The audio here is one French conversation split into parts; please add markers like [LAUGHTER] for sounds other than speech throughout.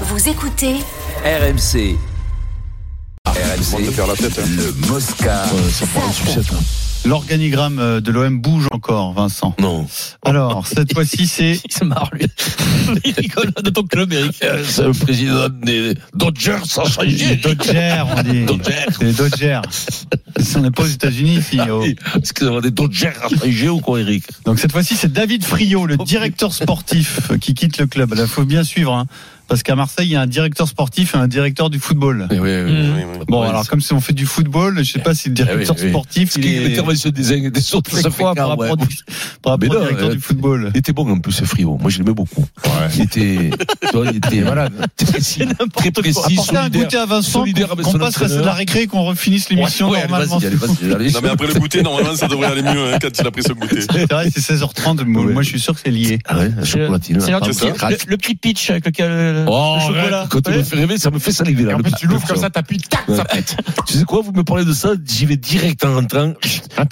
Vous écoutez RMC. Ah, RMC, faire la tête. hein. le Mosca. L'organigramme euh, de l'OM bouge encore, Vincent. Non. [LAUGHS] Alors, cette fois-ci, c'est Il se marre, lui. Il rigole de ton club, Eric. C'est le président des Dodgers en les Changé. Dodgers, on dit. Dodgers. C'est les Dodgers. On n'est pas aux États-Unis ici. Ah oh. oui. Excusez-moi, des Dodgers en Changé ou quoi, Eric Donc, cette fois-ci, c'est David Friot, Oh, le directeur sportif, euh, qui quitte le club. Il faut bien suivre, hein, parce qu'à Marseille, il y a un directeur sportif et un directeur du football. Oui, oui, oui, Bon, alors, comme si on fait du football, je sais pas si le directeur Eh oui, oui. sportif, il est. L'intervention des uns et des autres, C'est ça fait quoi par quand, ouais. rapport, du- par rapport Mais au non, directeur euh, du football Il était bon en plus, ce frio. Moi, je l'aimais beaucoup. Il était, tu vois, il était, voilà, très précis, très précis, Apportez un solidaire. goûter à Vincent, solidaire qu'on avec qu'on son passe passer de la entraîneur. récré, qu'on refinisse l'émission Ouais, allez, normalement. vas-y, allez, vas-y, allez. Non mais après le goûter, normalement ça devrait aller mieux hein, quand il a pris ce goûter. C'est vrai, c'est 16h30. Moi, Ouais. moi, je suis sûr que c'est lié. Ah ouais, la chocolatine. euh, C'est là. genre du C'est ça. petit- le, le petit pitch avec lequel euh, Oh, le chocolat. arrête, quand tu me Ouais. fais rêver, ça me fait saliver. là, Et en le plus, petit tu l'ouvres peu, comme ça, t'appuies, tac, Ouais. ça pète. Tu sais quoi, vous me parlez de ça, j'y vais direct en rentrant.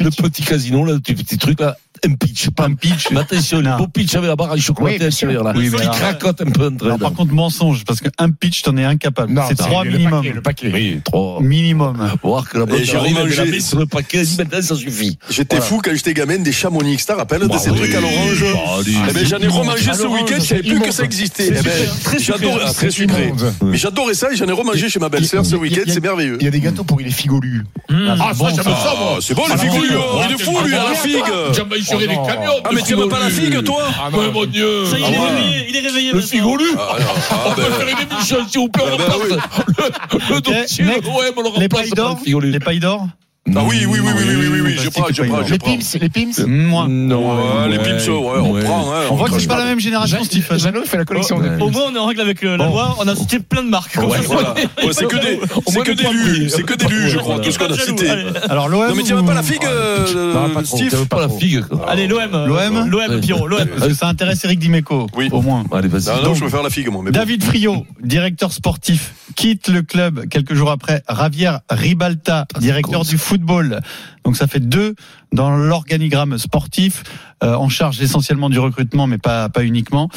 Le petit casino, là, le petit- petit truc, là, un pitch, pas Un pitch. Mais attention, Non. le beau pitch avec la barre à Oui, chocolatée bien à l'intérieur, là. Oui, mais qui alors- cracote un peu entre Alors, les par contre, mensonge, parce qu'un pitch, t'en es incapable. C'est non, trois le minimum. paquet, Le paquet. Oui, trois. Mm. Minimum. Voir que la bonne j'ai arrive, elle met la remangé. main sur le paquet, elle dit maintenant, ça suffit. J'étais Voilà. fou quand j'étais gamine des chamonix, tu te rappelles de Bah ces oui. trucs à l'orange Bah, allez. Eh ben, j'en ai remangé ce week-end, je savais plus que ça existait. Eh ben, j'adorais très sucré. Mais j'adorais ça et j'en ai remangé chez ma belle-sœur ce week-end, c'est merveilleux. Il y a des gâteaux pour les figolus. Ah, bon, ça. Ah, c'est bon le figue, il est fou Ah, lui à la figue. Jamais juré les camions. Ah mais tu aimes pas la figue toi ah, mon dieu. Ça y est, il est Ah ouais. réveillé, il est réveillé. Le Vincent. figolu Ah, non. Ah, ben, Préférez des Michel, s'il vous plaît, on Ah, ben remplace oui. le- le dossier, next. l'OM, on le Les pailles remplace par le d'or. figolu. Les pailles d'or. Ah oui, oui, oui, oui, oui, oui, oui, oui, je prends, je prends, je Les prends. pims, les pims. Moi. Non, Ouais, les pimes, ouais, on prend. hein, On voit que c'est crache pas la même génération, Stephen. Jeannot fait la collection Ouais. des Au moins, on est en règle avec euh, la loi. On a cité plein de marques. Comme [LAUGHS] Ouais, ça, Voilà. Ouais, c'est que des, c'est que des lus, c'est que des lus, je crois, tout ce qu'on a Pas jaloux. cité. Allez. Alors, l'OM. Non mais tu aimes ou- pas la figue, euh, Non, pas trop, Steve t'aimes pas la figue, quoi. Allez, l'OM. euh, L'OM L'OM, Pierrot, l'OM. Parce que Ça intéresse Eric Dimeco. Oui. Au moins. Allez, vas-y. Non, non, Donc, je préfère la figue, moi. Mais bon. David Friot, directeur sportif, quitte le club quelques jours après. Javier Ribalta, directeur grosse. du football. Donc ça fait deux dans l'organigramme sportif, euh, en charge essentiellement du recrutement, mais pas, pas uniquement.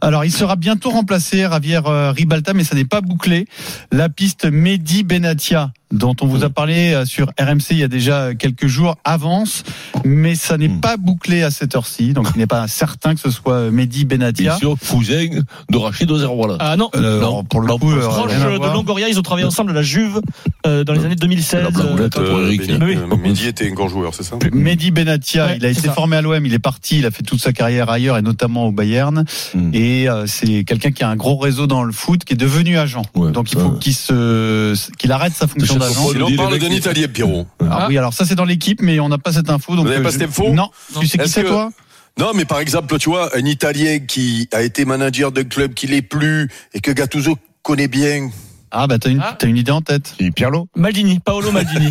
Alors il sera bientôt remplacé, Javier euh, Ribalta, mais ça n'est pas bouclé. La piste Mehdi Benatia, dont on Mm. vous a parlé euh, sur RMC il y a déjà quelques jours, avance, mais ça n'est Mm. pas bouclé à cette heure-ci. Donc il n'est pas certain que ce soit euh, Mehdi Benatia. Bien sûr, cousin de Rachid Ozerwala. Ah non. Euh, Non, alors, pour le non, coup, euh, Proche rien à euh, de voir. Longoria, ils ont travaillé ensemble à la Juve euh, dans les années 2016. La blagounette, euh, pour Euh, Eric. Mehdi, Mais oui. euh, Mehdi était encore joueur, c'est ça Mehdi Benatia, Ouais, il a c'est été ça. formé à l'OM, il est parti, il a fait toute sa carrière ailleurs et notamment au Bayern. Mm. Et euh, c'est quelqu'un qui a un gros réseau dans le foot, qui est devenu agent. Ouais, Donc il ça, faut ouais. qu'il se, qu'il arrête sa fonction Ça, ça d'agent. faut Sinon, on dit, parle les mecs, d'un ils- Italien, Pierrot. Ah oui, alors ça c'est dans l'équipe, mais on n'a pas cette info. Donc Vous avez euh, pas je- cette info Non. Tu sais qui Est-ce c'est que- toi Non, mais par exemple, tu vois, un Italien qui a été manager d'un club qu'il n'est plus et que Gattuso connaît bien. Ah bah t'as une, Ah. t'as une idée en tête. Et Pierlot. Maldini, Paolo Maldini.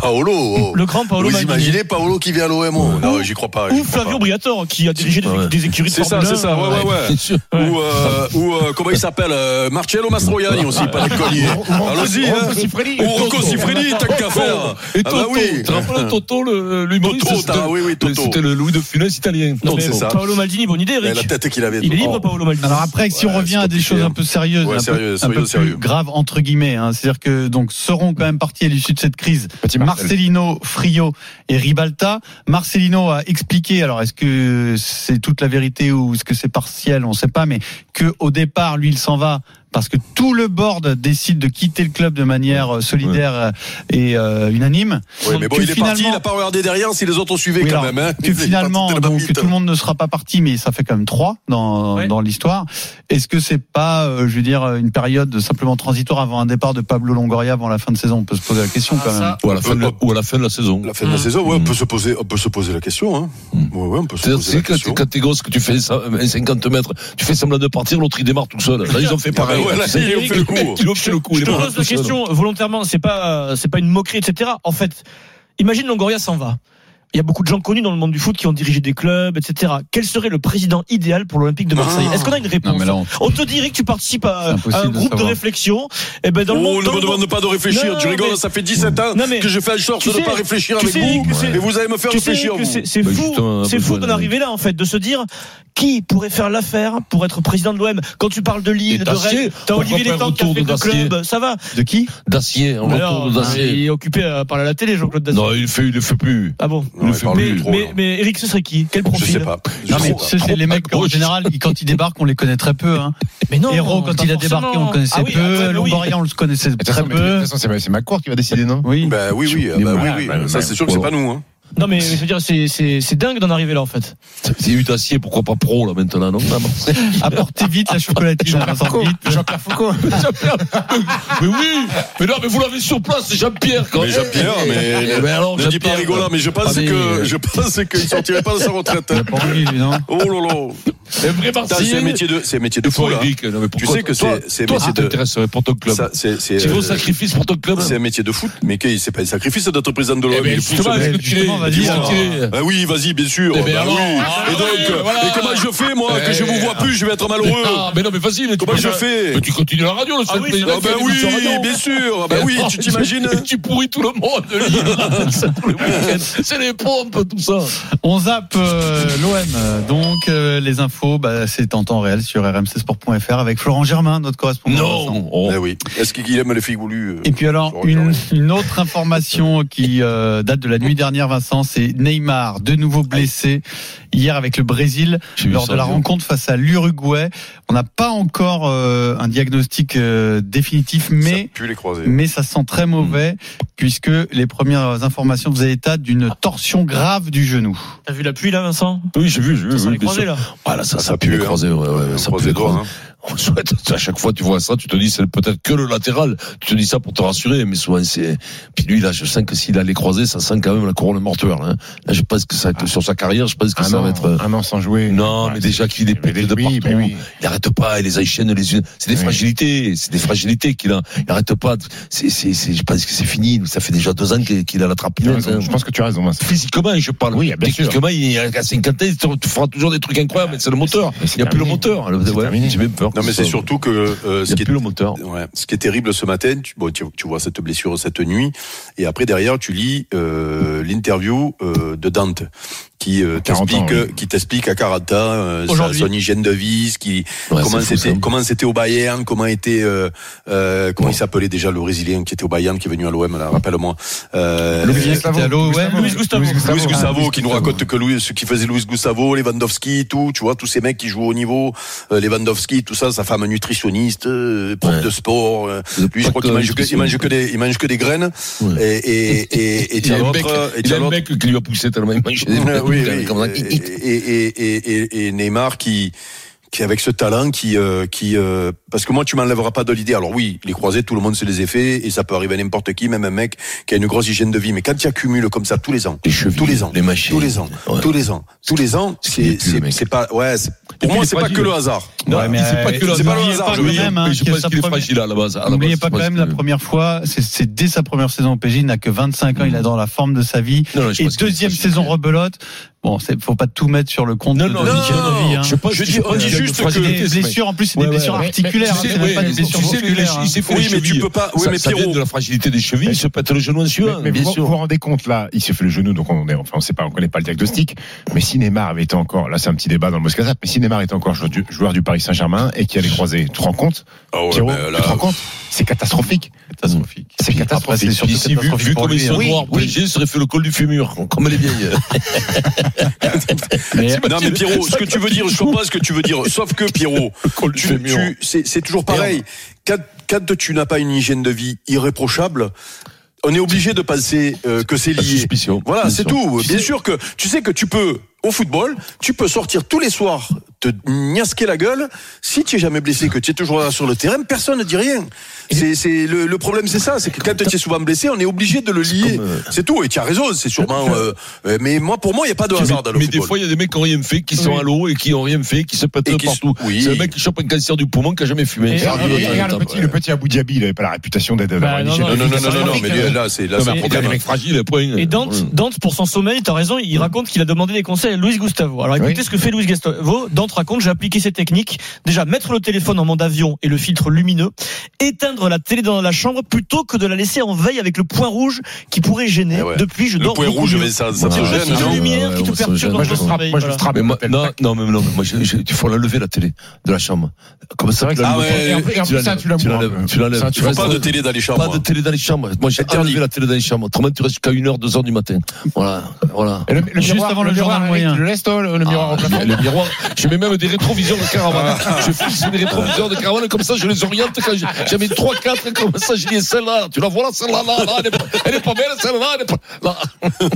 Paolo oh. le grand Paolo Vous Maldini. imaginez Paolo qui vient à l'OM Non, j'y crois pas. j'y Ou crois Flavio pas. Briatore, qui a dirigé des, Ouais. des écuries de C'est ça, Formule c'est 1, ça, ouais, euh, ouais, ouais. Bien sûr. Ou, euh, ou euh, comment il s'appelle euh, Marcello Mastroianni aussi, pas de cogner. Allons-y, hein. Ou Rocco Siffredi, tant qu'à faire. Et Ah Toto, bah oui. tu te [LAUGHS] rappelles Toto, le- l'humoriste Toto, c'était- t'as- oui, oui, Toto. C'était le Louis de Funès italien. Non, mais c'est bon, ça. Paolo Maldini, bonne idée, Eh, La Eric. tête qu'il avait. Il est Oh. libre, Paolo Maldini. Alors après, si on Ouais, revient c'est à des compliqué, choses un hein. peu sérieuses, Ouais, un peu, sérieux, un soyons peu plus sérieux. graves entre guillemets, hein, c'est-à-dire que donc seront quand même partis à l'issue de cette crise Petit Marcel. Marcelino, Frio et Ribalta. Marcelino a expliqué, alors est-ce que c'est toute la vérité ou est-ce que c'est partiel, on ne sait pas, mais que au départ, lui, il s'en va parce que tout le board décide de quitter le club de manière euh, solidaire euh, et euh, unanime. Ouais, mais bon, Que il est parti, finalement- il a pas regardé derrière si les autres ont suivi Oui, quand alors, même. hein. que Il est finalement, parti de la donc, marmite. tout le monde ne sera pas parti, mais ça fait quand même trois dans, Ouais. dans l'histoire. Est-ce que c'est pas, euh, je veux dire, une période simplement transitoire avant un départ de Pablo Longoria avant la fin de saison On peut se poser la question Ah, quand même. ça. Ou à la fin de la- ou à la fin de la saison. La fin de la Mm. saison, ouais, on peut se poser, on peut se poser la question, hein. Mm. Ouais, ouais, on peut se C'est-à-dire, poser la c'est question. quand, quand t'es gosse que tu fais ça, un 50 mètres, tu fais semblant de partir, l'autre il démarre tout seul. Là, ils ont fait Ah bah pareil. ouais, là, Tu sais, ils ont fait le coup. Ils ont fait le coup. [LAUGHS] Je il est te mort pose tout la seul. question volontairement, c'est pas, euh, c'est pas une moquerie, etc. En fait, imagine Longoria s'en va. il y a beaucoup de gens connus dans le monde du foot qui ont dirigé des clubs, etc. Quel serait le président idéal pour l'Olympique de Marseille Ah. Est-ce qu'on a une Non, réponse mais là, on- On te dirait que tu participes à, C'est à un impossible de groupe de, savoir. réflexion. Et ben dans le Oh, monde, ne dans me le demande monde- pas de réfléchir. Non, tu rigoles, mais- ça fait 17 ans Non, mais- que je fais un short Tu de ne sais- pas réfléchir tu avec sais vous. que c'est- Et vous allez me faire tu sais réfléchir. que vous. c'est c'est Bah, fou, justement, un c'est peu fou de- d'en arriver là en fait, de se dire qui pourrait faire l'affaire pour être président de l'OM. Quand tu parles de Et Lille, de Dacier, Rennes, t'as pourquoi Olivier pas un Létang qui a retour fait de le Dacier club, ça va. De qui Dacier, on Alors, retourne il Dacier. est occupé euh, par la latte, les Jean-Claude Dacier. Non, il le fait, il le fait plus. Ah bon. Ouais, Le parle-lui mais, trop, mais, là. mais Eric, ce serait qui Quel Je profil sais pas. Je Non, mais sais tu pas. sais, c'est les mecs en général, ils- quand ils débarquent, on les connaît très peu. Hein. Mais non, Héros, quand pas il a forcément. débarqué, on le connaissait Ah oui, peu. ah ouais, Longoria, on le connaissait De toute façon, très mais de toute peu. façon, c'est ma- c'est ma cour qui va décider, non Oui. Bah oui, oui, ah, bah, oui, oui. bah, ça bah, c'est sûr que c'est bah, pas nous. hein. Non, mais je veux dire, c'est- c'est c'est dingue d'en arriver là en fait. C'est eu Dacier, pourquoi pas pro, là, maintenant, non? [LAUGHS] Apportez vite la chocolatine. Vincent, vite. Jean-Pierre Foucault. mais oui! Mais non, mais vous l'avez sur place, c'est Jean-Pierre, quand Mais Jean-Pierre, mais- Eh ben alors, Ne dis pas Jean-Pierre, rigolant, mais je Ah, pense mais, que euh, je pense qu'il sortirait pas de sa retraite. hein. Pas envie, lui, non Oh là là. Les vrais Putain, C'est un Marseillais. métier de, c'est un métier de Deux fou fois, là. Eric. Non, mais pourquoi sais que toi- c'est- c'est- Toi, mais ça c'est de- t'intéresserait pour ton club. Ça, c'est, c'est, Tu veux euh, un sacrifice pour ton club? c'est un métier de foot, mais qu'il c'est pas un sacrifice d'être président de l'OM. Eh ben, il est fou, ce justement, mec. est-ce que tu l'es? Justement, vas-y, Est-ce que alors. tu l'es Ah oui, vas-y, bien sûr. Eh ben Bah alors. oui. Ah Et donc, oui, voilà. et comment je fais moi que je vous vois plus, je vais être malheureux. Ah, mais non, mais vas-y, mais tu Comment peux je pas- fais Mais tu continues la radio, le seul oui, président Ah qui Eh a ben une oui, émission radio. bien sûr. Ah Ben oui, [LAUGHS] tu t'imagines Tu pourris tout le [LAUGHS] monde, Lille. C'est tous les week-ends. C'est les pompes, tout ça. On zappe euh, l'OM. Donc, euh, les infos, bah, c'est en temps réel sur rmcsport.fr avec Florent Germain, notre correspondant. Vincent. Oh. Ah oui. Est-ce qu'il aime les figoulus euh, Et puis alors, Florent une, Germain une autre information qui euh, date de la nuit dernière, Vincent, c'est Neymar, de nouveau blessé hier avec le Brésil J'ai vu lors ça, de la dis donc. rencontre face à l'Uruguay. On n'a pas encore euh, un diagnostic euh, définitif, mais... Ça euh, hmm. pue les croisés. mais ça sent très mauvais puisque les premières informations faisaient état d'une torsion grave du genou. T'as vu la pluie là, Vincent Oui, j'ai vu, j'ai vu. Ça sent oui, les bien croisés sûr. là. Ah là, ça, ça, Ça pue pue, les hein. croisés, ouais, ouais, ça pue Croisés les droits, croisés. hein. On le souhaite, à chaque fois tu Oh, vois ça, tu te dis c'est peut-être que le latéral. Tu te dis ça pour te rassurer, mais souvent c'est. Puis lui là, je sens que s'il a les croisés, ça sent quand même la couronne mortuelle. Hein. Là, je pense que ça, que sur sa carrière, je pense que Ah ça an, va être. euh, un an sans jouer. Non, mais déjà qu'il est pété de Oui, partout. hein. bah oui. Il n'arrête pas, il les enchaîne les unes. C'est des Oui. fragilités, c'est des fragilités qu'il a. Il n'arrête pas. C'est, c'est, c'est, je pense que c'est fini. Ça fait déjà deux ans qu'il qu'il a la Tu as trapinette. raison, hein. Je pense que tu as raison, Vincent. Physiquement, je parle. Oui, bien sûr. Techniquement, il est à 50 ans, il te- tu feras toujours des trucs incroyables, mais c'est le moteur. c'est Il n'y a plus le terminé. moteur. C'est terminé. J'ai même peur. Non, que mais ce c'est soit- surtout que euh, Il ce n'y qui a plus est le moteur. Ouais. Ce qui est terrible ce matin, tu, bon, tu, tu vois cette blessure cette nuit, et après derrière tu lis euh, l'interview euh, de Dante qui euh, 40 ans, t'explique, oui. euh, qui t'explique à 40 ans euh, sa- Aujourd'hui. son hygiène de vie, ce qui, Ouais, comment c'est fou, c'était, ça. comment c'était au Bayern, comment était, euh, euh, comment il s'appelait déjà le Brésilien qui était au Bayern, qui est venu à l'OM, là, rappelle-moi. Euh, Luis Gustavo. Luis Gustavo. Luis Gustavo Ah, qui nous raconte que Louis, ce qui faisait Luis Gustavo, Lewandowski, tout, tu vois, tous ces mecs qui jouent au niveau, euh, Lewandowski, tout ça, sa femme nutritionniste, euh, prof Ouais. de sport, euh, Le lui je crois pactole, qu'il mange que, il mange que des, il mange que des graines et Ouais. et et et Il y tiens a un mec, l'autre, il et y tiens a un l'autre. mec qui lui a poussé tellement il mangeait des Ouais, oui, trucs, oui. comme ça. Et, et, et, et, et Neymar qui qui avec ce talent qui euh, qui euh, parce que moi tu m'enlèveras pas de l'idée alors oui les croisés tout le monde se les a fait et ça peut arriver à n'importe qui même un mec qui a une grosse hygiène de vie mais quand tu accumules comme ça tous les ans Les chevilles, tous les ans les machines. tous les ans Ouais. tous les ans tous les ans Ce qui est c'est plus, c'est mec. c'est pas ouais c'est- puis, pour moi il est c'est pas fragile. que le hasard Non, Ouais, mais mais c'est pas que euh, le c'est pas le n'oubliez hasard, pas je quand veux dire. même, hein, Mais je que pense sa qu'il est première- fragile à la base. à la N'oubliez base, pas je quand pense même la que- première fois, c'est- c'est dès sa première saison en PJ, il n'a que 25 ans, il est dans la forme de sa vie. Non, non, je Et pense qu'il est deuxième fragile. saison rebelote. Bon, c'est faut pas tout mettre sur le compte Non, de non, de non, Michel non, Novi, hein. Je pense Je qu'il dis- est on dit fragile, juste une que- fragilité, Des ce mec. blessures en plus, c'est Ouais, des ouais, blessures ouais. articulaires, Mais hein, tu sais, c'est même ouais, pas des mais blessures tu sais, les- musculaires. hein. il s'est fait Oui, les mais tu chevilles. peux pas- oui, Ça- mais ça Pierrot- vient de la fragilité des chevilles, il se pète le genou en Mais, suivant, mais bien vous, vous sûr. vous rendez compte là, il s'est fait le genou, donc on est, enfin on sait pas, on connaît pas le diagnostic. Mais si Neymar avait été encore, là c'est un petit débat dans le Moscazap, mais si Neymar était encore joueur du, joueur du Paris Saint-Germain et qu'il allait croiser, tu te rends compte Ah Oh, ouais, Pierrot, ben là, Tu te rends compte C'est catastrophique. Catastrophique. C'est Après, catastrophique. c'est surtout Puis si, vu, catastrophique vu pour comme ils lui. sont hein. noirs, PSG serait fait le col du fémur, comme les vieilles. Mais- Non mais Pierrot, ce que tu veux dire, je comprends ce que tu veux dire. Sauf que Pierrot, col tu- tu- c'est c'est toujours pareil. Quand, quand tu n'as pas une hygiène de vie irréprochable, on est obligé de penser euh, que c'est La lié. suspicion. Voilà, Bien c'est sûr. tout. Tu Bien sais- sûr que tu sais que tu peux au football, tu peux sortir tous les soirs, te niasquer la gueule. Si tu es jamais blessé, que tu es toujours là sur le terrain, personne ne dit rien. C'est, c'est le, le problème, c'est ça. C'est que quand tu es souvent blessé, on est obligé de le lier. comme, euh, C'est tout. Et tu as raison, c'est sûrement. euh, euh, mais moi, pour moi, il n'y a pas de hasard dans le mais des football. fois, il y a des mecs qui n'ont rien fait, qui sont à l'eau et qui n'ont rien fait, qui se pètent Et qui se- partout. oui. C'est un mec qui chope un cancer du poumon qui n'a jamais fumé. Et- Ça Regarde arrive de temps en regarde le temps, petit, ouais. le petit Abu Dhabi, il avait pas la réputation d'être Bah, d'avoir une non, hygiène non, de non, vie. non, non, non, non, mais lui, là, c'est là, Non, c'est mais le après, t'as problème. des mecs fragiles, point. Hum. Et Dante, Dante, pour son sommeil, t'as raison, il raconte qu'il a demandé des conseils à Luis Gustavo. Alors écoutez Oui. ce que fait Luis Gustavo. Dante raconte, j'ai appliqué ces techniques. Déjà, mettre le téléphone en mode avion et le filtre lumineux. Éteindre la télé dans la chambre plutôt que de la laisser en veille avec le point rouge qui pourrait gêner. Eh ouais. Depuis, je Le dors point beaucoup rouge, Ah, mieux. mais ça, ça te Ouais, C'est gêne, ouais, une non lumière Ouais, qui te ouais, ça perturbe gêne. dans Moi, je ton le frappe, sommeil. moi, je le Voilà. frappe. Mais moi, Tel non, tac. non, mais non, mais moi, je- je- il faut l'enlever la télé de la chambre. Comme ça, tu Ah l'enlèves ouais, Et en plus- et en Tu plus, ça, l'enlèves, tu l'as tu l'enlèves, tu l'enlèves. Ça, Tu tu vois Pas ça de télé dans les pas. chambres. Pas de télé dans les chambres. Moi, j'ai Interdit. enlevé la télé dans les chambres. Autrement, tu restes jusqu'à 1h, 2h du matin. Voilà, voilà. Et le, le Juste miroir, avant le, Ah, le miroir, journal Eric, moyen. tu le laisses, toi, le, le miroir au plafond Ah. Le miroir, je mets même des rétroviseurs de caravane. Je fixe des rétroviseurs de caravane comme ça, je les oriente quand j'ai- j'en mets 3, 4 comme ça, je dis celle-là, tu la vois là, celle-là, là, là, elle est, pas- elle est pas belle, celle-là, elle est pas. Là.